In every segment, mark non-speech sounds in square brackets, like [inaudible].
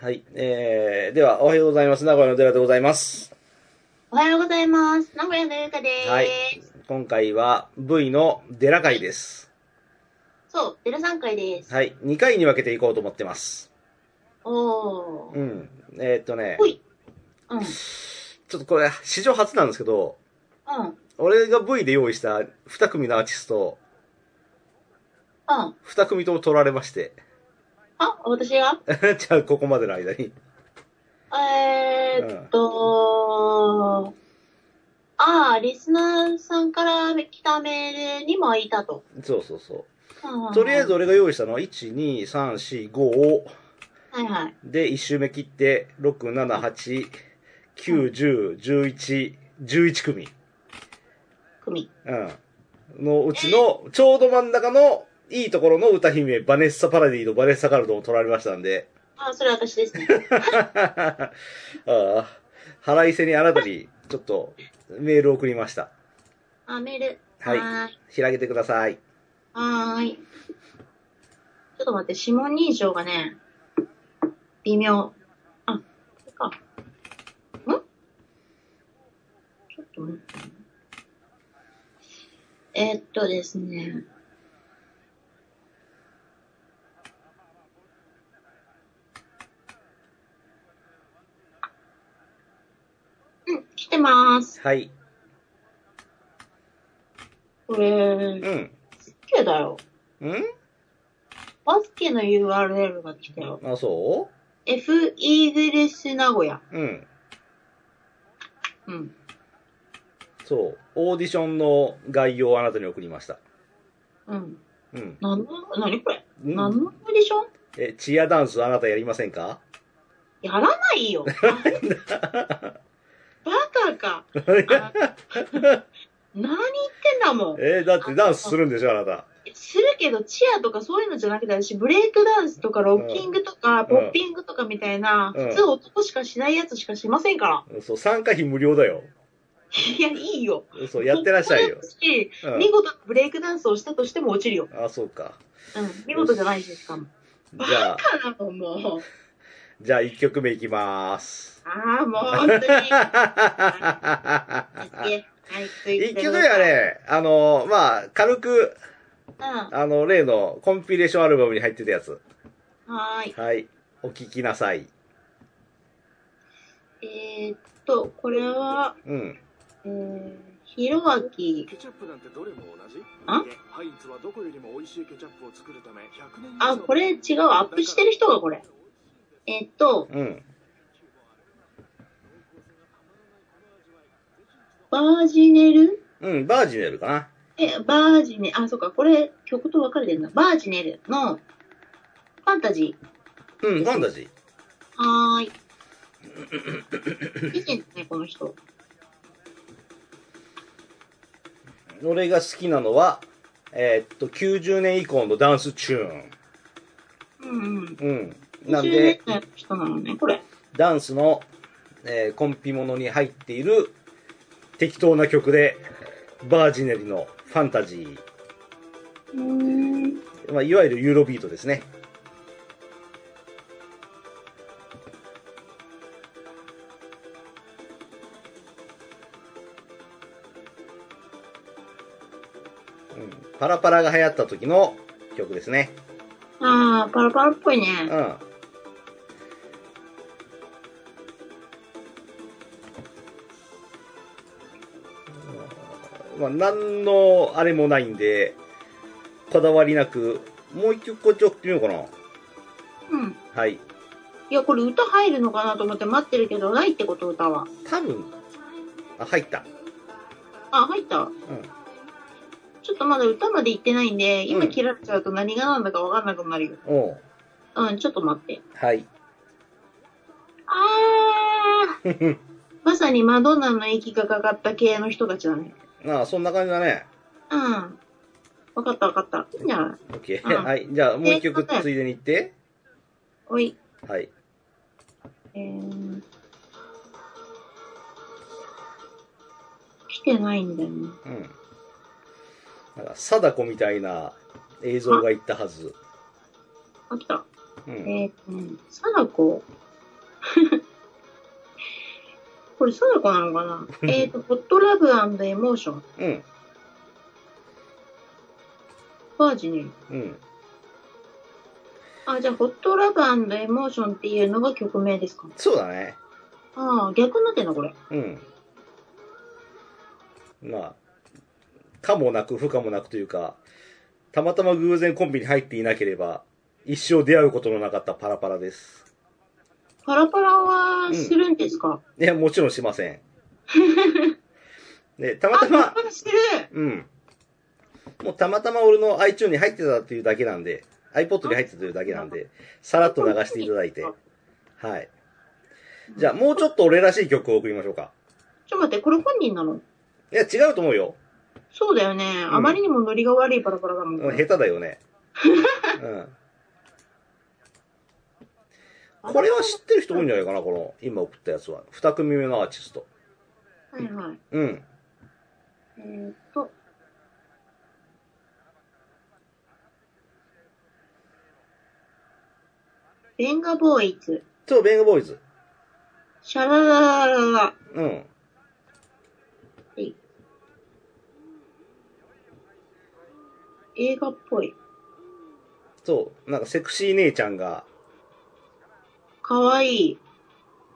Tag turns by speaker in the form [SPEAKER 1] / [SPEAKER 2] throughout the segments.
[SPEAKER 1] はい。えー、では、おはようございます。名古屋の寺でございます。
[SPEAKER 2] おはようございます。名古屋のゆうかです。
[SPEAKER 1] はい。今回は V のデラ会です。
[SPEAKER 2] そう、ゼロ三回です。
[SPEAKER 1] はい。2回に分けていこうと思ってます。
[SPEAKER 2] お
[SPEAKER 1] う
[SPEAKER 2] ー。
[SPEAKER 1] ん。えーっとね
[SPEAKER 2] ほ、い。うん。うん。
[SPEAKER 1] ちょっとこれ、史上初なんですけど、
[SPEAKER 2] うん。
[SPEAKER 1] 俺が V で用意した2組のアーティスト、
[SPEAKER 2] あ、
[SPEAKER 1] 2組とも取られまして。 [laughs]
[SPEAKER 2] 私が
[SPEAKER 1] じゃあ、ここまでの間に。
[SPEAKER 2] えーっと、ああ、リスナーさんから来たメールにもいたと。
[SPEAKER 1] そうそうそう。
[SPEAKER 2] うん
[SPEAKER 1] とりあえず。俺が用意したのは、1、2、3、4、5、
[SPEAKER 2] はいはい。
[SPEAKER 1] で、1周目切って、6、7、8、9、10、11、11組。
[SPEAKER 2] 組。
[SPEAKER 1] うん。のうちの、ちょうど真ん中の、いいところの歌姫、バネッサ・パラディのバネッサ・カルドンを取られましたんで、 [laughs]
[SPEAKER 2] あ、それ私ですね。
[SPEAKER 1] ああ、腹いせにあなたに、ちょっと、メールを送りました。
[SPEAKER 2] あ、メール。
[SPEAKER 1] はい
[SPEAKER 2] はーい。
[SPEAKER 1] 開けてください。
[SPEAKER 2] はーい。ちょっと待って、指紋認証がね、微妙。あ、これか。んちょっと待ってね。えーっとですね。うん、来てます。
[SPEAKER 1] はい。
[SPEAKER 2] これ、バ
[SPEAKER 1] うん。
[SPEAKER 2] スケだよ。
[SPEAKER 1] うん
[SPEAKER 2] バスケの URL が来たよ。
[SPEAKER 1] あ、そ
[SPEAKER 2] F イーグルス名古屋。
[SPEAKER 1] ううん。
[SPEAKER 2] うん。
[SPEAKER 1] そう。オーディションの概要をあなたに送りました。
[SPEAKER 2] うん。
[SPEAKER 1] うん。
[SPEAKER 2] 何の、何これ
[SPEAKER 1] うん
[SPEAKER 2] 何のオーディション
[SPEAKER 1] え、チアダンスあなたやりませんか
[SPEAKER 2] やらな
[SPEAKER 1] [laughs]
[SPEAKER 2] いよ。バカか。あ何言ってんだもん。
[SPEAKER 1] えーだってダンスするんでしょ、あなた。
[SPEAKER 2] するけど、チアとかそういうのじゃなくて、私、ブレイクダンスとか、ロッキングとか、ポッピングとかみたいな、
[SPEAKER 1] うん
[SPEAKER 2] 普通男しかしないやつしかしませんから。 [laughs]
[SPEAKER 1] そう、参加費無料だよ。
[SPEAKER 2] いや、いいよ。
[SPEAKER 1] そう、やってらっしゃいよ
[SPEAKER 2] 男。だし
[SPEAKER 1] うん
[SPEAKER 2] 見事ブレイクダンスをしたとしても落ちるよ。
[SPEAKER 1] あ、そうか。
[SPEAKER 2] うん。見事じゃないし、しかも。
[SPEAKER 1] じゃあ、
[SPEAKER 2] バカなの、もう。
[SPEAKER 1] じゃあ1曲目いきまー [laughs] す。
[SPEAKER 2] ああ、もう本当に。 [laughs]
[SPEAKER 1] 1
[SPEAKER 2] 一
[SPEAKER 1] 曲目は、ね、あの、まあ、軽く、
[SPEAKER 2] うん、は
[SPEAKER 1] あの、例のコンピレーションアルバムに入ってたやつ。
[SPEAKER 2] ーい。
[SPEAKER 1] はい。お聴きなさい。
[SPEAKER 2] えー、っと、これは、
[SPEAKER 1] うん。
[SPEAKER 2] えー、ひろあき、
[SPEAKER 3] ケチャップなんてどれも同じ
[SPEAKER 2] あ
[SPEAKER 3] ハインツはどこよりも美味しいケチャップを作るため100年以上
[SPEAKER 2] あ、これ違う、アップしてる人がこれ。えー、っと、
[SPEAKER 1] うん。
[SPEAKER 2] バージネル
[SPEAKER 1] うん、バージネルかな。
[SPEAKER 2] え、バージネ、あ、そっか、これ曲と分かれてるな。バージネルのファンタジー。
[SPEAKER 1] うん、ファンタジー。
[SPEAKER 2] はーい。美人だね、この人。
[SPEAKER 1] 俺が好きなのは、えーっと、90年以降のダンスチューン。
[SPEAKER 2] うんうん。
[SPEAKER 1] うん。なん
[SPEAKER 2] 20年
[SPEAKER 1] で、
[SPEAKER 2] 代の人なのね、これ。
[SPEAKER 1] ダンスの、えーコンピものに入っている適当な曲で、バージネリのファンタジ
[SPEAKER 2] うーん。
[SPEAKER 1] ー、まあ、いわゆるユーロビートですね。うん、パラパラが流行った時の曲ですね。
[SPEAKER 2] ああ、パラパラっぽいね。
[SPEAKER 1] うん。まあ、何のあれもないんで、こだわりなく、もう一曲こっち送ってみようかな。
[SPEAKER 2] うん。
[SPEAKER 1] はい。
[SPEAKER 2] いや、これ歌入るのかなと思って待ってるけど、ないってこと歌は。
[SPEAKER 1] 多分、あ、入った。
[SPEAKER 2] あ、入った。
[SPEAKER 1] う
[SPEAKER 2] ちょっとまだ歌まで行ってないん
[SPEAKER 1] う
[SPEAKER 2] で、今
[SPEAKER 1] ん
[SPEAKER 2] 切られちゃうと何がなんだかわかんなくなるよ。
[SPEAKER 1] ん。おう
[SPEAKER 2] うん、ちょっと待って。
[SPEAKER 1] はい。
[SPEAKER 2] あーまさにマドンナの息がかかった系の人たちだね。
[SPEAKER 1] ああ、そんな感じだね。
[SPEAKER 2] うん。わかったわかった。いいんじゃない
[SPEAKER 1] オッケ
[SPEAKER 2] う
[SPEAKER 1] ー。[laughs]
[SPEAKER 2] ん
[SPEAKER 1] はい。じゃあ、もう一曲
[SPEAKER 2] えー
[SPEAKER 1] ついでに言って。
[SPEAKER 2] おい。
[SPEAKER 1] はい。
[SPEAKER 2] えー。来てないんだよね。
[SPEAKER 1] うん。なんか、貞子みたいな映像がいったはず。
[SPEAKER 2] あ、来た。
[SPEAKER 1] うん。
[SPEAKER 2] えーとね、貞子。 [laughs] これ、サナコなのかな
[SPEAKER 1] [laughs]
[SPEAKER 2] えっと、ホットラブエモーション、
[SPEAKER 1] うん。
[SPEAKER 2] バージネル。
[SPEAKER 1] うん。
[SPEAKER 2] あ、じゃあ、ホットラブエモーションっていうのが曲名ですか
[SPEAKER 1] そうだね。
[SPEAKER 2] ああ、逆になってんだ、これ。
[SPEAKER 1] うん。まあ、かもなく不可もなくというか、たまたま偶然コンビに入っていなければ、一生出会うことのなかったパラパラです。
[SPEAKER 2] パラパラはするんですか、
[SPEAKER 1] いや、もちろんしません。ね、たま
[SPEAKER 2] あ、
[SPEAKER 1] た
[SPEAKER 2] パラ
[SPEAKER 1] ま
[SPEAKER 2] パ、ラしてる
[SPEAKER 1] うん。もうたまたま俺の iTunes に入ってたっていうだけなんで、iPod に入ってたというだけなんで、さらっと流していただいて。はい。じゃあ、もうちょっと俺らしい曲を送りましょうか。
[SPEAKER 2] ちょっと待って、これ本人なの
[SPEAKER 1] いや、違うと思うよ。
[SPEAKER 2] そうだよね。あまりにもノリが悪いパラパラだもん。
[SPEAKER 1] うん下手だよね。うん。これは知ってる人多いんじゃないかな、この、今送ったやつは。二組目のアーティスト。
[SPEAKER 2] はいはい。
[SPEAKER 1] うん。
[SPEAKER 2] えーっと。ベンガボーイズ、
[SPEAKER 1] そう、ベングボーイズ。
[SPEAKER 2] シャララララララ。
[SPEAKER 1] うん。
[SPEAKER 2] 映画っぽい。
[SPEAKER 1] そう、なんかセクシー姉ちゃんが、
[SPEAKER 2] かわいい。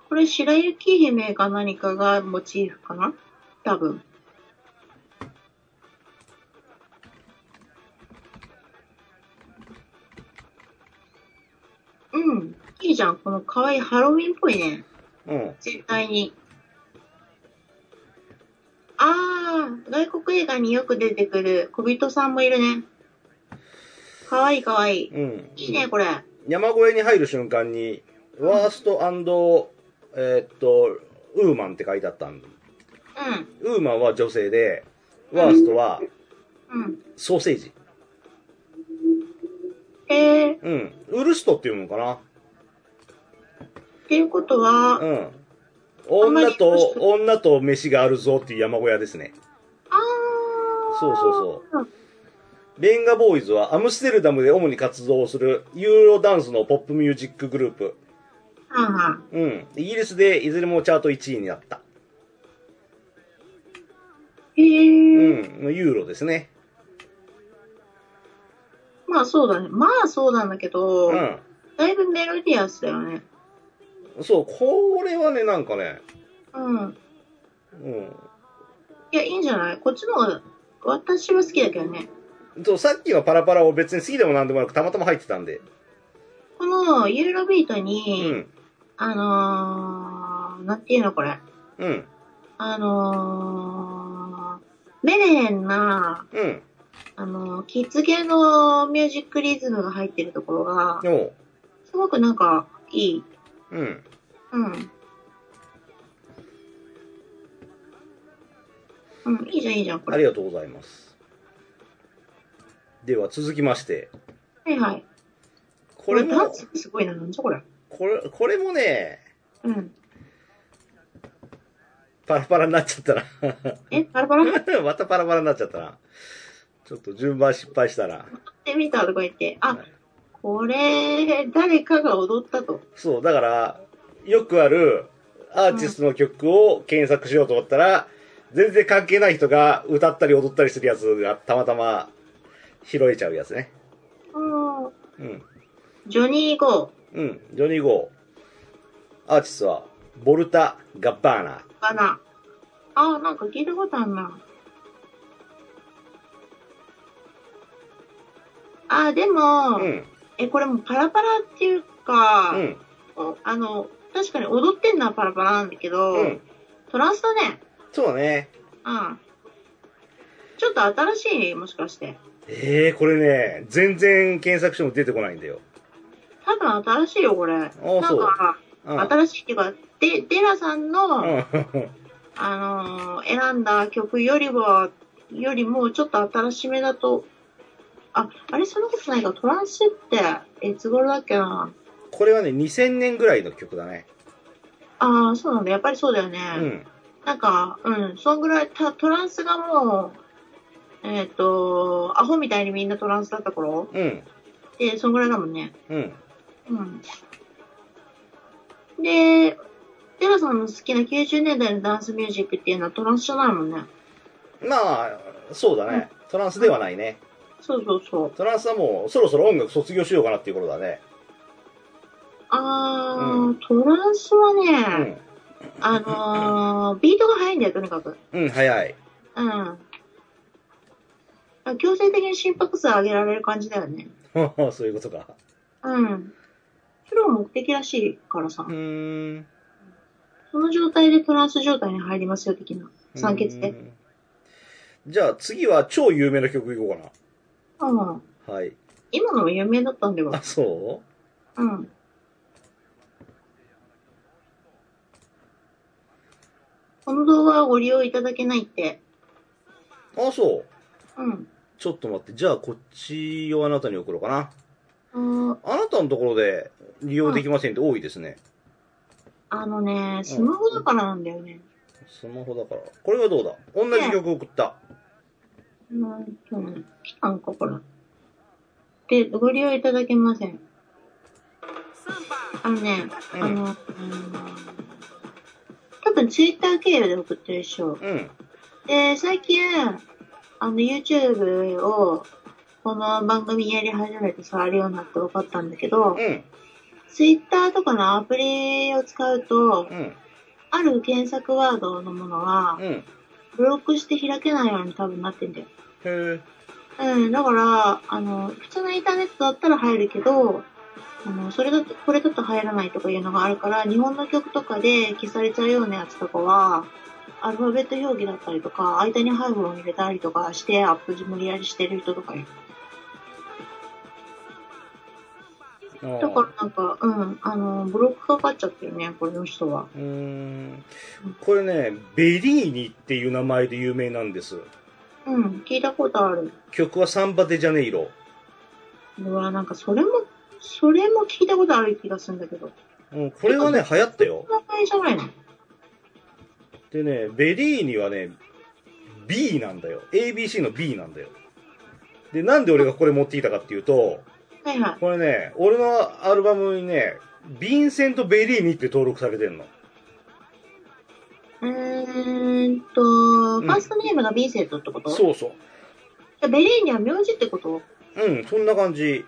[SPEAKER 2] これ、白雪姫か何かがモチーフかな多分。うん。いいじゃん。このかわいいハロウィンっぽいね。
[SPEAKER 1] うん。
[SPEAKER 2] 絶対に。あー、外国映画によく出てくる小人さんもいるね。かわいいかわいい。
[SPEAKER 1] うん。
[SPEAKER 2] いいね、これ。
[SPEAKER 1] 山越えに入る瞬間に、ワーストえーっと、ウーマンって書いてあったんで。
[SPEAKER 2] う
[SPEAKER 1] ウーマンは女性で、ワーストは
[SPEAKER 2] ん。うん。
[SPEAKER 1] ソーセージ。
[SPEAKER 2] えー、
[SPEAKER 1] うん。ウルストっていうのかな。
[SPEAKER 2] っていうことは、
[SPEAKER 1] うん。
[SPEAKER 2] あんまり
[SPEAKER 1] 女と
[SPEAKER 2] 欲し、く
[SPEAKER 1] 女と飯があるぞっていう山小屋ですね。
[SPEAKER 2] あー
[SPEAKER 1] そうそうそう。レンガボーイズはアムステルダムで主に活動するユーロダンスのポップミュージックグループ。
[SPEAKER 2] はんはん。
[SPEAKER 1] うん。イギリスでいずれもチャート1位になった。う
[SPEAKER 2] へえ、
[SPEAKER 1] ん。のユーロですね。
[SPEAKER 2] まあそうだね。まあそうなんだけど、
[SPEAKER 1] うん。
[SPEAKER 2] だいぶメロディアスだよね。
[SPEAKER 1] そう、これはね、なんかね、
[SPEAKER 2] うん。
[SPEAKER 1] う
[SPEAKER 2] いや、いいんじゃないこっちの方が、私は好きだけどね。
[SPEAKER 1] ん。そう、さっきはパラパラを別に好きでもなんでもなくたまたま入ってたんで。
[SPEAKER 2] このユーロビート
[SPEAKER 1] う
[SPEAKER 2] に、
[SPEAKER 1] ん。
[SPEAKER 2] あのー、なんていうのこれ。
[SPEAKER 1] うん。
[SPEAKER 2] あのー、メレヘンな、
[SPEAKER 1] うん。
[SPEAKER 2] あのー、キッズ系のミュージックリズムが入ってるところが、
[SPEAKER 1] でも、
[SPEAKER 2] すごくなんか、いい。
[SPEAKER 1] うん。
[SPEAKER 2] うん。うん、いいじゃん、いいじゃん、こ
[SPEAKER 1] あ
[SPEAKER 2] れ。
[SPEAKER 1] りがとうございます。では、続きまして。
[SPEAKER 2] はいはい。
[SPEAKER 1] これ
[SPEAKER 2] ダ
[SPEAKER 1] も
[SPEAKER 2] ン、スすごいな、なんじゃこれ。
[SPEAKER 1] これ、これもね、
[SPEAKER 2] うん。
[SPEAKER 1] パラパラになっちゃったな。 [laughs]
[SPEAKER 2] え、パラパラ振っ
[SPEAKER 1] またパラパラになっちゃったな。ちょっと順番失敗したな。
[SPEAKER 2] てみたとか言って、あ、これ、誰かが踊ったと。
[SPEAKER 1] そう、だから、よくあるアーティストの曲を検索しようと思ったら、全然関係ない人が歌ったり踊ったりするやつがたまたま拾えちゃうやつね。
[SPEAKER 2] うん。
[SPEAKER 1] うん。
[SPEAKER 2] ジョニー・ゴ
[SPEAKER 1] うん。ジョニー・ゴー。アーティストは、ボルタ・ガッバーナ。
[SPEAKER 2] ーかな。あ、なんか聞いたことあるな。あ、でも、
[SPEAKER 1] うん。
[SPEAKER 2] え、これもうパラパラっていうか、
[SPEAKER 1] うん。
[SPEAKER 2] おあの、確かに踊ってんのはパラパラなんだけど、
[SPEAKER 1] うん。
[SPEAKER 2] トランスだね。
[SPEAKER 1] そうだね。
[SPEAKER 2] うん。ちょっと新しいもしかして。
[SPEAKER 1] ええー、これね、全然検索しても出てこないんだよ。
[SPEAKER 2] 多分新しいよ、これ。なん
[SPEAKER 1] そう
[SPEAKER 2] か、
[SPEAKER 1] うん。
[SPEAKER 2] 新しいっていうか、で、デラさんの、
[SPEAKER 1] うん。
[SPEAKER 2] あのー選んだ曲よりは、よりもちょっと新しめだと、あ、あれ、そんなことないか、トランスって、いつ頃だっけな。
[SPEAKER 1] これはね、2000年ぐらいの曲だね。
[SPEAKER 2] ああ、そうなんだ。やっぱりそうだよね。
[SPEAKER 1] うん。
[SPEAKER 2] なんか、うん、そんぐらい、たトランスがもう、えっ、と、アホみたいにみんなトランスだった頃
[SPEAKER 1] うん。
[SPEAKER 2] で、そんぐらいだもんね。
[SPEAKER 1] うん。
[SPEAKER 2] うん。で、テラさんの好きな90年代のダンスミュージックっていうのはトランスじゃないもんね。
[SPEAKER 1] まあ、そうだね。トランスではないね。
[SPEAKER 2] そうそうそう。
[SPEAKER 1] トランスはもう、そろそろ音楽卒業しようかなっていう頃だね。
[SPEAKER 2] あー、
[SPEAKER 1] う
[SPEAKER 2] トランスは
[SPEAKER 1] う
[SPEAKER 2] ね、
[SPEAKER 1] ん。
[SPEAKER 2] あのー、ビートが速いんだよ、とにかく。
[SPEAKER 1] うん、早い。 [laughs]
[SPEAKER 2] うん。強制的に心拍数上げられる感じだよね。
[SPEAKER 1] そういうことか。
[SPEAKER 2] うん。それが目的らしいからさ
[SPEAKER 1] う、ーん。
[SPEAKER 2] その状態でトランス状態に入りますよ、的な。酸欠
[SPEAKER 1] う
[SPEAKER 2] で。
[SPEAKER 1] んじゃあ次は超有名な曲いこう
[SPEAKER 2] うん。
[SPEAKER 1] かな。はい。
[SPEAKER 2] 今のは有名だったんだよ
[SPEAKER 1] あ、。そ
[SPEAKER 2] うん。この動画をご利用いただけないって。
[SPEAKER 1] うあ、そう。
[SPEAKER 2] うん。
[SPEAKER 1] ちょっと待って。じゃあこっちをあなたに送ろうかな。
[SPEAKER 2] あの
[SPEAKER 1] あなたのところで利用できませんって多いですね。
[SPEAKER 2] あのね、スマホだからなんだよね。
[SPEAKER 1] スマホだから。これはどうだ同じ曲送った。
[SPEAKER 2] うん、今日ね、来たんか、これ。で、ご利用いただけません。あのね、
[SPEAKER 1] う
[SPEAKER 2] あ
[SPEAKER 1] ん。
[SPEAKER 2] の、うん、多分ツイッター経由で送ってるでしょ。
[SPEAKER 1] うん。
[SPEAKER 2] で、最近、あの、YouTube を、この番組やり始めて触るようになって分かったんだけど、
[SPEAKER 1] うん。
[SPEAKER 2] Twitter とかのアプリを使うと、
[SPEAKER 1] うん。
[SPEAKER 2] ある検索ワードのものは、
[SPEAKER 1] うん。へ
[SPEAKER 2] ブロックして開けないように多分なってんだよ。
[SPEAKER 1] え。
[SPEAKER 2] うん、だから、あの、普通のインターネットだったら入るけど、あの、それだと、これだと入らないとかいうのがあるから、日本の曲とかで消されちゃうようなやつとかは、アルファベット表記だったりとか、間にハイフンを入れたりとかして、アップ無理やりしてる人とかいる。
[SPEAKER 1] あ
[SPEAKER 2] だか
[SPEAKER 1] ー
[SPEAKER 2] らなんか、うん、あの、ブロックかかっちゃってるね、これの人は。
[SPEAKER 1] うーん。これね、ベリーニっていう名前で有名なんです。
[SPEAKER 2] うん、聞いたことある。
[SPEAKER 1] 曲はサンバデジャネイロ。
[SPEAKER 2] うわ、なんかそれも、それも聞いたことある気がするんだけど。
[SPEAKER 1] うん、これはね、流行ったよ。
[SPEAKER 2] 名前じゃないの
[SPEAKER 1] でね、ベリーニはね、B なんだよ。ABC の B なんだよ。で、なんで俺がこれ持ってきたかっていうと、
[SPEAKER 2] はいはい。
[SPEAKER 1] これね、俺のアルバムにね、ヴィンセント・ベリーニって登録されてんの。
[SPEAKER 2] うーんと、
[SPEAKER 1] ん
[SPEAKER 2] ファーストネームがビンセントってこと、
[SPEAKER 1] そうそう。
[SPEAKER 2] う。ベリーニは名字ってこと
[SPEAKER 1] うん、そんな感じ。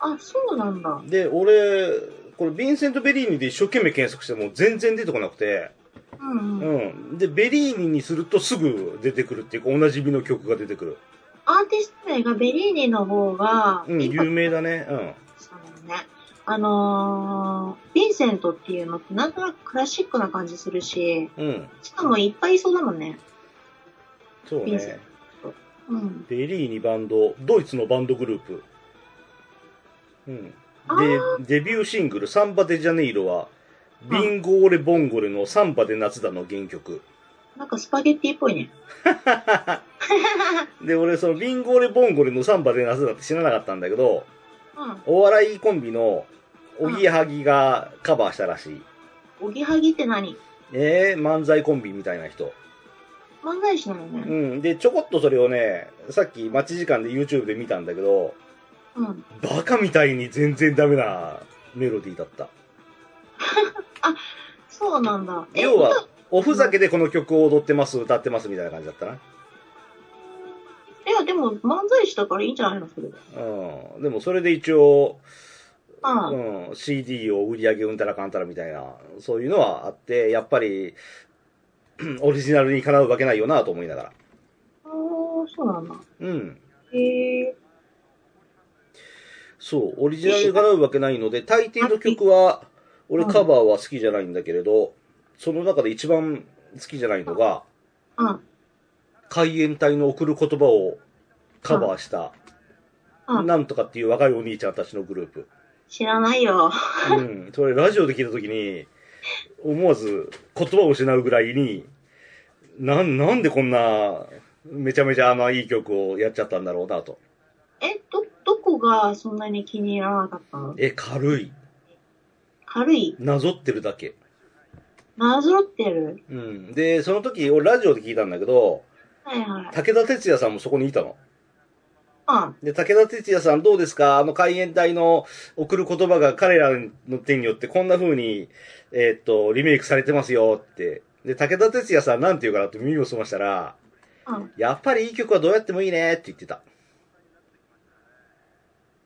[SPEAKER 2] あ、そうなんだ。
[SPEAKER 1] で、俺、これヴィンセント・ベリーニで一生懸命検索しても全然出てこなくて、
[SPEAKER 2] うんうん。
[SPEAKER 1] うん。で、ベリーニにするとすぐ出てくるっていうか、おなじみの曲が出てくる。
[SPEAKER 2] アーティスト名がベリーニの方が、
[SPEAKER 1] うん、
[SPEAKER 2] インパ
[SPEAKER 1] 有
[SPEAKER 2] ク
[SPEAKER 1] 名だね。うん。
[SPEAKER 2] トしたんだよね。あのー、ヴィンセントっていうのってなんとなくクラシックな感じするし、
[SPEAKER 1] うん。
[SPEAKER 2] しかもいっぱいいそうだもんね。
[SPEAKER 1] そう
[SPEAKER 2] ヴィンセ
[SPEAKER 1] ね
[SPEAKER 2] ン。うん。
[SPEAKER 1] ベリーニバンド、ドイツのバンドグループ。うん。
[SPEAKER 2] あ
[SPEAKER 1] で、デビューシングル、サンバデジャネイロは、ビンゴーレ・ボンゴレのサンバで夏だの原曲。
[SPEAKER 2] なんかスパゲッティっぽいね。
[SPEAKER 1] で、俺、そのビンゴーレ・ボンゴレのサンバで夏だって知らなかったんだけど、
[SPEAKER 2] うん。
[SPEAKER 1] お笑いコンビの、おぎやはぎがカバーしたらしい。
[SPEAKER 2] おぎはぎって何
[SPEAKER 1] えー、漫才コンビみたいな人。
[SPEAKER 2] 漫才師なのね。
[SPEAKER 1] うん。で、ちょこっとそれをね、さっき待ち時間で YouTube で見たんだけど、
[SPEAKER 2] うん。
[SPEAKER 1] バカみたいに全然ダメなメロディーだった。
[SPEAKER 2] そうなんだ。え
[SPEAKER 1] 要は、おふざけでこの曲を踊ってます、歌ってますみたいな感じだったな。
[SPEAKER 2] いや、でも漫才師だからいいんじゃないのそれで。
[SPEAKER 1] うん。でもそれで一応、
[SPEAKER 2] ああ、
[SPEAKER 1] うん、CD を売り上げうんたらかんたらみたいな、そういうのはあって、やっぱり、うんオリジナルにかなうわけないよなと思いながら。
[SPEAKER 2] おーそうなんだ。
[SPEAKER 1] うん。
[SPEAKER 2] へえ。
[SPEAKER 1] そう、オリジナルにかなうわけないので、大抵の曲は、俺カバーは好きじゃないんだけれど、その中で一番好きじゃないのが、
[SPEAKER 2] あ
[SPEAKER 1] 海援隊の送る言葉をカバーした、
[SPEAKER 2] あ、あ
[SPEAKER 1] なんとかっていう若いお兄ちゃんたちのグループ。
[SPEAKER 2] 知らないよ。
[SPEAKER 1] うん、それラジオで聞いたときに、思わず言葉を失うぐらいに、なん、なんでこんな、めちゃめちゃあのいい曲をやっちゃったんだろうなと。
[SPEAKER 2] え、ど、どこがそんなに気に入らなかったの
[SPEAKER 1] え、軽い。
[SPEAKER 2] 軽い
[SPEAKER 1] なぞってるだけ。
[SPEAKER 2] なぞってる
[SPEAKER 1] うん。で、その時、俺ラジオで聞いたんだけど、
[SPEAKER 2] はいはい。
[SPEAKER 1] 武田鉄矢さんもそこにいたの。
[SPEAKER 2] ま
[SPEAKER 1] で、武田鉄矢さんどうですかあの海援隊の送る言葉が彼らの手によってこんな風に、えーっと、リメイクされてますよって。で、武田鉄矢さんなんて言うかなと耳を澄ましたら、
[SPEAKER 2] あ、うん。
[SPEAKER 1] やっぱりいい曲はどうやってもいいねって言ってた。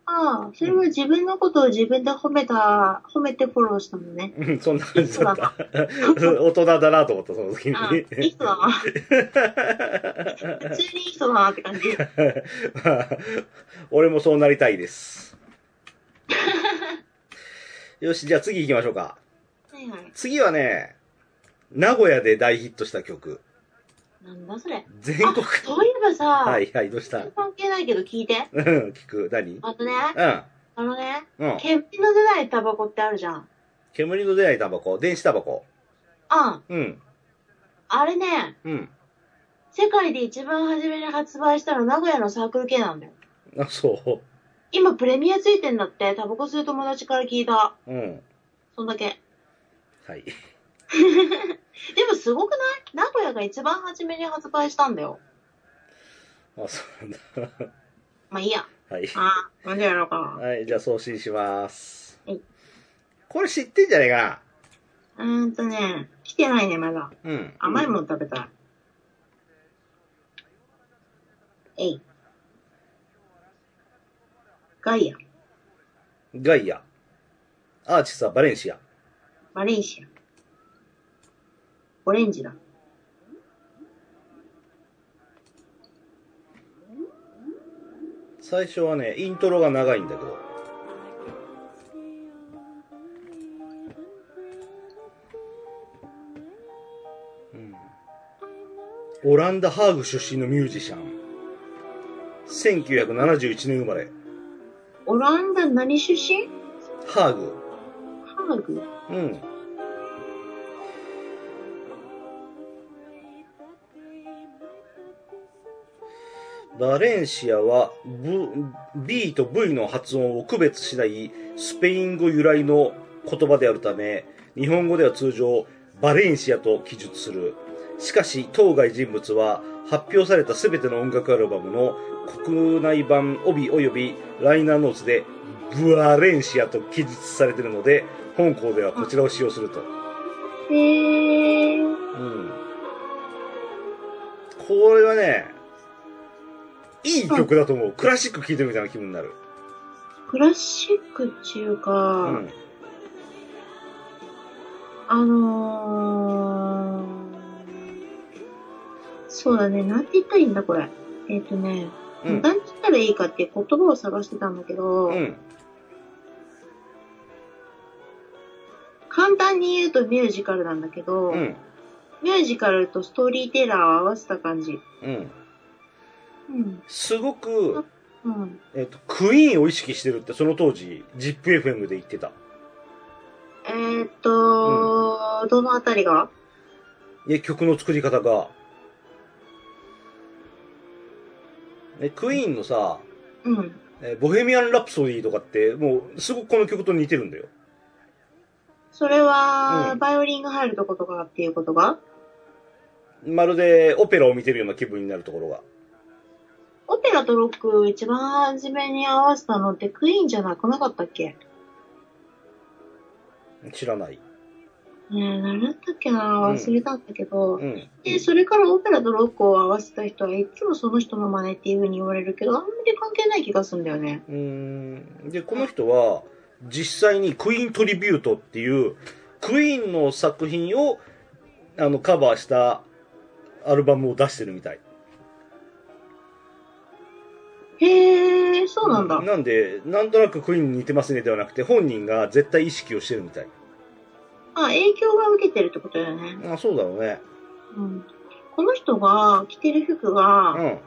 [SPEAKER 2] ああ、それは自分のことを自分で褒めた、褒めてフォローしたのね。
[SPEAKER 1] うん、そんな感じだった。大人だなと思った、その時に。
[SPEAKER 2] ああ、いい人だ
[SPEAKER 1] [laughs]
[SPEAKER 2] な。普通にいい人だなって感じ。
[SPEAKER 1] 俺もそうなりたいです。よし、じゃあ次行きましょうか。
[SPEAKER 2] はいはい。
[SPEAKER 1] 次はね、名古屋で大ヒットした曲。
[SPEAKER 2] なんだそれ。
[SPEAKER 1] 全
[SPEAKER 2] あ
[SPEAKER 1] 国。、
[SPEAKER 2] そういえばさ、
[SPEAKER 1] はいはい、どうした
[SPEAKER 2] 関係ないけど聞いて。
[SPEAKER 1] うん、聞く。何
[SPEAKER 2] あとね、
[SPEAKER 1] うん、
[SPEAKER 2] あのね、
[SPEAKER 1] うん。
[SPEAKER 2] 煙の出ないタバコってあるじゃん。うん。
[SPEAKER 1] 煙の出ないタバコ、電子タバコ。
[SPEAKER 2] あ
[SPEAKER 1] うん、
[SPEAKER 2] れね、
[SPEAKER 1] うん。
[SPEAKER 2] 世界で一番初めに発売したの名古屋のサークル系なんだよ。
[SPEAKER 1] あ、そ
[SPEAKER 2] 今プレミアついてんだって、タバコ吸う友達から聞いた。
[SPEAKER 1] う。うん。
[SPEAKER 2] そんだけ。
[SPEAKER 1] はい。
[SPEAKER 2] でもすごくない名古屋が一番初めに発売したんだよ。
[SPEAKER 1] あ、そうなんだ。
[SPEAKER 2] まあいいや。
[SPEAKER 1] はい。
[SPEAKER 2] ああ、なんでやろうか
[SPEAKER 1] はい、じゃあ送信します
[SPEAKER 2] はい。
[SPEAKER 1] これ知ってんじゃねえか
[SPEAKER 2] な。うーんとね、来てないね、まだ。
[SPEAKER 1] なうん。
[SPEAKER 2] 甘いもの食べたい。えい。ガイア、
[SPEAKER 1] ガイア。アーチスはバレンシア。
[SPEAKER 2] マレーシア。オレンジだ。
[SPEAKER 1] 最初はね、イントロが長いんだけど。うんオランダ・ハーグ出身のミュージシャン。1971年生まれ。
[SPEAKER 2] オランダ何出身
[SPEAKER 1] ハーグ。
[SPEAKER 2] ハーグ
[SPEAKER 1] うん。バレンシアは、ブ B と V の発音を区別しないスペイン語由来の言葉であるため、日本語では通常、バレンシアと記述する。しかし、当該人物は、発表された全ての音楽アルバムの国内版帯及びライナーノーツで、ブアレンシアと記述されているので、本校ではこちらを使用すると。
[SPEAKER 2] へー。
[SPEAKER 1] うん。これはね、いい曲だと思う。クラシック聴いてるみたいな気分になる。
[SPEAKER 2] クラシックっていう
[SPEAKER 1] う
[SPEAKER 2] か、
[SPEAKER 1] ん。
[SPEAKER 2] あのー、そうだね、なんて言ったらいいんだ、これ。えっ、とね、
[SPEAKER 1] うん。
[SPEAKER 2] なんて言ったらいいかって言葉を探してたんだけど、
[SPEAKER 1] うん。
[SPEAKER 2] 簡単に言うとミュージカルなんだけど、
[SPEAKER 1] うん。
[SPEAKER 2] ミュージカルとストーリーテラーを合わせた感じ。
[SPEAKER 1] うん。
[SPEAKER 2] うん。
[SPEAKER 1] すごく、
[SPEAKER 2] うん。
[SPEAKER 1] えっ、と、クイーンを意識してるって、その当時、ZIPFM で言ってた。
[SPEAKER 2] えーっ、と、どのあたりが
[SPEAKER 1] え、曲の作り方が。え、クイーンのさ、
[SPEAKER 2] うん。
[SPEAKER 1] えボヘミアン・ラプソディとかって、もう、すごくこの曲と似てるんだよ。
[SPEAKER 2] それは、
[SPEAKER 1] うん
[SPEAKER 2] バイオリンが入るとことかっていうことが
[SPEAKER 1] まるでオペラを見てるような気分になるところが。
[SPEAKER 2] オペラとロック一番初めに合わせたのってクイーンじゃなくなかったっけ
[SPEAKER 1] 知らない。
[SPEAKER 2] ねえ、何だったっけな忘れたんだけど、
[SPEAKER 1] うん。
[SPEAKER 2] で、それからオペラとロックを合わせた人はいつもその人の真似っていう風に言われるけど、あんまり関係ない気がするんだよね。
[SPEAKER 1] うーん。で、この人は、実際にクイーントリビュートっていう、クイーンの作品を、あの、カバーしたアルバムを出してるみたい。
[SPEAKER 2] へえ、そうなんだ。
[SPEAKER 1] なんで、なんとなくクイーンに似てますねではなくて、本人が絶対意識をしてるみたい。
[SPEAKER 2] あ、影響が受けてるってことだよね。
[SPEAKER 1] あ、そうだろうね。
[SPEAKER 2] うん。この人が着てる服
[SPEAKER 1] う
[SPEAKER 2] が、
[SPEAKER 1] ん。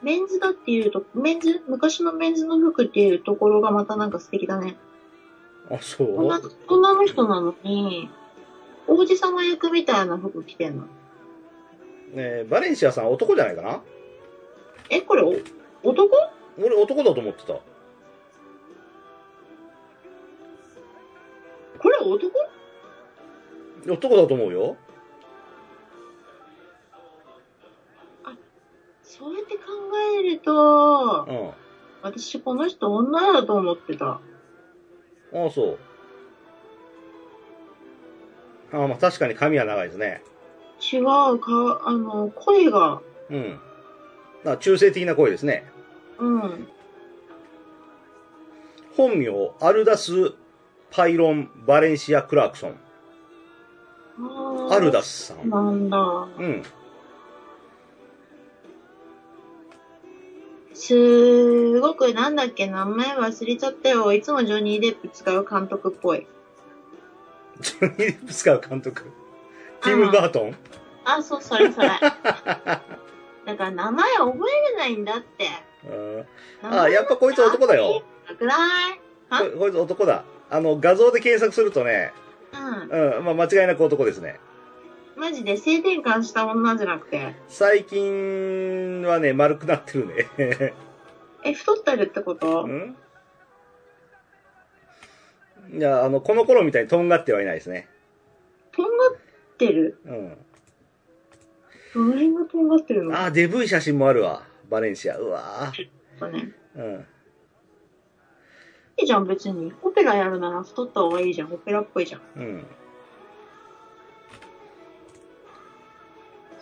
[SPEAKER 2] メンズだっていうと、メンズ、昔のメンズの服っていうところがまたなんか素敵だね。
[SPEAKER 1] あ、そう
[SPEAKER 2] 女女の人なのに、王子様役みたいな服着てんの。
[SPEAKER 1] ねえバレンシアさん男じゃないかな
[SPEAKER 2] え、これお、男
[SPEAKER 1] 俺男だと思ってた。
[SPEAKER 2] これ男
[SPEAKER 1] 男だと思うよ。
[SPEAKER 2] そうやって考えると
[SPEAKER 1] う、ん。
[SPEAKER 2] 私、この人女だと思ってた。
[SPEAKER 1] ああ、そう。ああ、まあ確かに髪は長いですね。
[SPEAKER 2] 違う、か、あの、声が、
[SPEAKER 1] うん。だから中性的な声ですね。
[SPEAKER 2] うん。
[SPEAKER 1] 本名、アルダス・パイロン・バレンシア・クラークソン。
[SPEAKER 2] あー
[SPEAKER 1] アルダスさん。
[SPEAKER 2] なんだ。
[SPEAKER 1] うん。
[SPEAKER 2] すごく、なんだっけ、名前忘れちゃったよ。いつもジョニー・デップ使う監督っぽい。
[SPEAKER 1] ジョニー・デップ使う監督。ティム・バートン。
[SPEAKER 2] あ、そう、それ
[SPEAKER 1] [laughs]
[SPEAKER 2] それ。だから名前覚えれないんだって。
[SPEAKER 1] うんああ、やっぱこいつ男だよ。
[SPEAKER 2] なくないあ
[SPEAKER 1] ここいつ男だ。あの、画像で検索するとね、
[SPEAKER 2] うん。
[SPEAKER 1] うん、まあ間違いなく男ですね。
[SPEAKER 2] マジで性転換した女じゃなくて。
[SPEAKER 1] 最近はね、丸くなってるね。
[SPEAKER 2] え、太ってるってこと
[SPEAKER 1] うんいや、あの、この頃みたいにとんがってはいないですね。
[SPEAKER 2] とんがってる
[SPEAKER 1] うん。
[SPEAKER 2] どの辺がとんがってるの
[SPEAKER 1] あー、デブい写真もあるわ。バレンシア。うわー
[SPEAKER 2] とね。
[SPEAKER 1] うん。
[SPEAKER 2] いいじゃん、別に。オペラやるなら太った方がいいじゃん。オペラっぽいじゃん。
[SPEAKER 1] うん。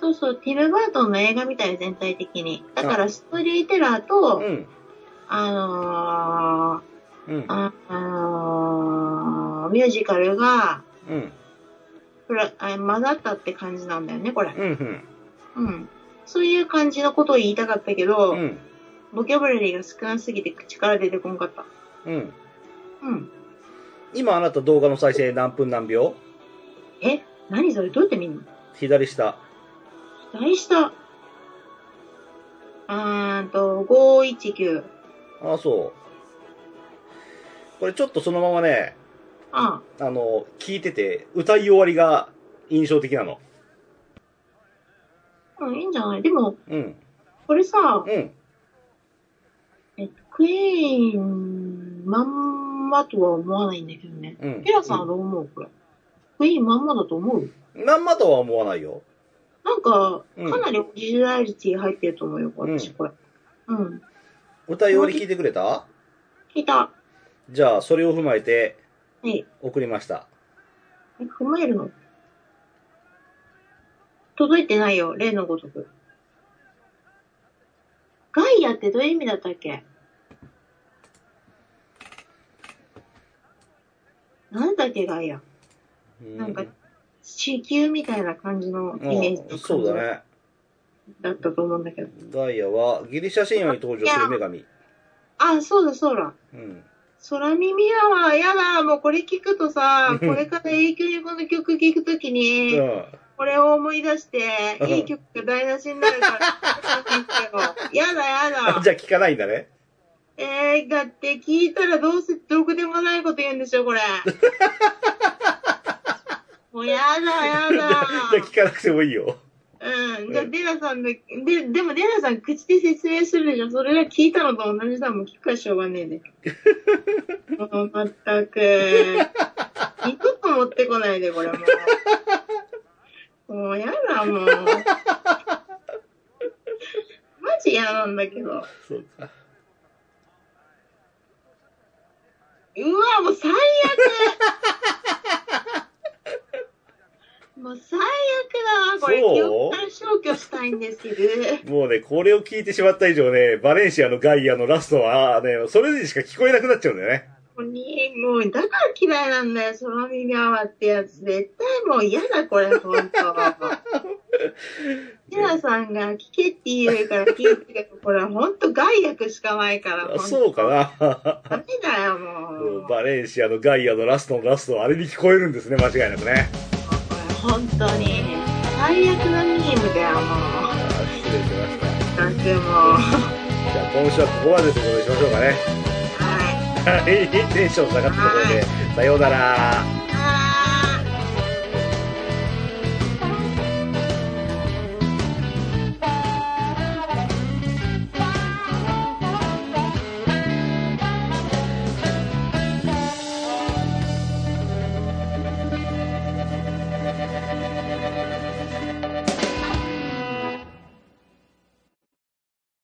[SPEAKER 2] そうそう、ティム・バートンの映画みたい、全体的に。だから、ストーリーテラーと、
[SPEAKER 1] うん。
[SPEAKER 2] あのー、
[SPEAKER 1] うん。
[SPEAKER 2] ああのー、ミュージカルが、
[SPEAKER 1] うん。
[SPEAKER 2] プラあ混ざったって感じなんだよね、これ。
[SPEAKER 1] うん。うん。
[SPEAKER 2] うん。そういう感じのことを言いたかったけど、
[SPEAKER 1] うん。
[SPEAKER 2] ボキャブラリーが少なすぎて口から出てこんかった。
[SPEAKER 1] うん。
[SPEAKER 2] うん。
[SPEAKER 1] 今あなた動画の再生何分何秒
[SPEAKER 2] え、何それどうやって見んの
[SPEAKER 1] 左下。
[SPEAKER 2] 左下。あーんと、519。
[SPEAKER 1] ああ、そう。これちょっとそのままね、
[SPEAKER 2] あ
[SPEAKER 1] あの、聞いてて、歌い終わりが印象的なの。
[SPEAKER 2] うん、いいんじゃないでも、
[SPEAKER 1] うん。
[SPEAKER 2] これさ、
[SPEAKER 1] うん。
[SPEAKER 2] えっと、クイーンまんまとは思わないんだけどね。
[SPEAKER 1] うん。
[SPEAKER 2] ピラさんはどう思うこれ。クイーンまんまだと思う
[SPEAKER 1] なんまとは思わないよ。
[SPEAKER 2] なんか、
[SPEAKER 1] うん
[SPEAKER 2] かなりオリジナリティ入ってると思うよ、私、
[SPEAKER 1] うん
[SPEAKER 2] これ。うん。
[SPEAKER 1] 歌い終わり聞いてくれた
[SPEAKER 2] 聞いた。は
[SPEAKER 1] じゃあ、それを踏まえて
[SPEAKER 2] い。
[SPEAKER 1] 送りました。
[SPEAKER 2] え踏まえるの届いてないよ、例のごとく。ガイアってどういう意味だったっけなんだっけ、ガイア。
[SPEAKER 1] うん
[SPEAKER 2] なんか、地球みたいな感じのイメージ
[SPEAKER 1] うん
[SPEAKER 2] と
[SPEAKER 1] そう
[SPEAKER 2] 感じ
[SPEAKER 1] だね。
[SPEAKER 2] だったと思うんだけど。
[SPEAKER 1] ガイアはギリシャ神話に登場する女神。
[SPEAKER 2] あ、そうだ、そうだ。
[SPEAKER 1] うん。
[SPEAKER 2] 空耳やわ、やだ、もうこれ聞くと [laughs] さ、これから永久にこの曲聞くときに、
[SPEAKER 1] うん
[SPEAKER 2] これを思い出して
[SPEAKER 1] う、ん
[SPEAKER 2] いい曲が台無しにな
[SPEAKER 1] [laughs]
[SPEAKER 2] るから、やだや
[SPEAKER 1] あ
[SPEAKER 2] だ。
[SPEAKER 1] じゃあ聞かないんだね。
[SPEAKER 2] えー、だって聞いたらどうせどこでもないこと言うんでしょ、
[SPEAKER 1] [laughs]
[SPEAKER 2] これ。もうやだや
[SPEAKER 1] じゃ
[SPEAKER 2] だ
[SPEAKER 1] あ。聞かなくてもいいよ。
[SPEAKER 2] うん。じゃあ、デラさんの、で、でもデラさん口で説明するじゃん。それが聞いたのと同じだもん。聞くからしょうがねえね。もう、まったく。二度と持ってこないで、これもう。もう、やだ、もう。マジ嫌なんだけど。うわ、
[SPEAKER 1] そうか。
[SPEAKER 2] もう最悪もう最悪だわ、これ。
[SPEAKER 1] そう
[SPEAKER 2] 記憶から消去したいんですけど。
[SPEAKER 1] もうね、これを聞いてしまった以上ね、バレンシアのガイアのラストは、ね、それでしか聞こえなくなっちゃうんだよね。
[SPEAKER 2] もうにもう、だから嫌いなんだよ、その耳泡ってやつ。絶対もう嫌だ、これ、ほんと。
[SPEAKER 1] [laughs]
[SPEAKER 2] テラさんが聞けって言うから聞いてるけど、これほんと害悪しかないから。ほ
[SPEAKER 1] あ
[SPEAKER 2] んと
[SPEAKER 1] そうか。な。
[SPEAKER 2] ダメだよ、
[SPEAKER 1] も
[SPEAKER 2] もう。
[SPEAKER 1] う
[SPEAKER 2] こ
[SPEAKER 1] バレンシアのガイアのラストのラストはあれに聞こえるんですね、間違いなくね。
[SPEAKER 2] れほんとに。最悪のミームだよ、も
[SPEAKER 1] あ
[SPEAKER 2] う。
[SPEAKER 1] ー失礼しました。
[SPEAKER 2] なんてもう。
[SPEAKER 1] じゃあ今週はここまでということにしましょうかね。
[SPEAKER 2] は
[SPEAKER 1] は
[SPEAKER 2] い。
[SPEAKER 1] い、テンション下がったところで、さようなら。